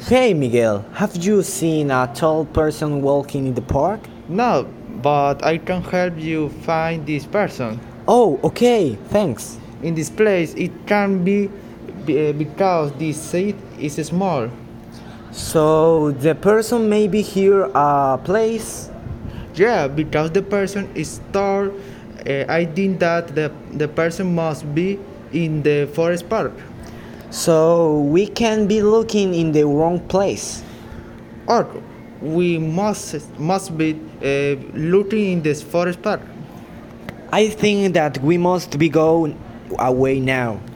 Hey Miguel, have you seen a tall person walking in the park? No, but I can help you find this person. Oh, okay, thanks. In this place, it can be be- eh, because this seat is small. So the person may be here a place? Yeah, because the person is tall, eh, I think that the, the person must be in the forest park. So we can be looking in the wrong place. Or we must must be eh, looking in this forest park. I think that we must be going away now.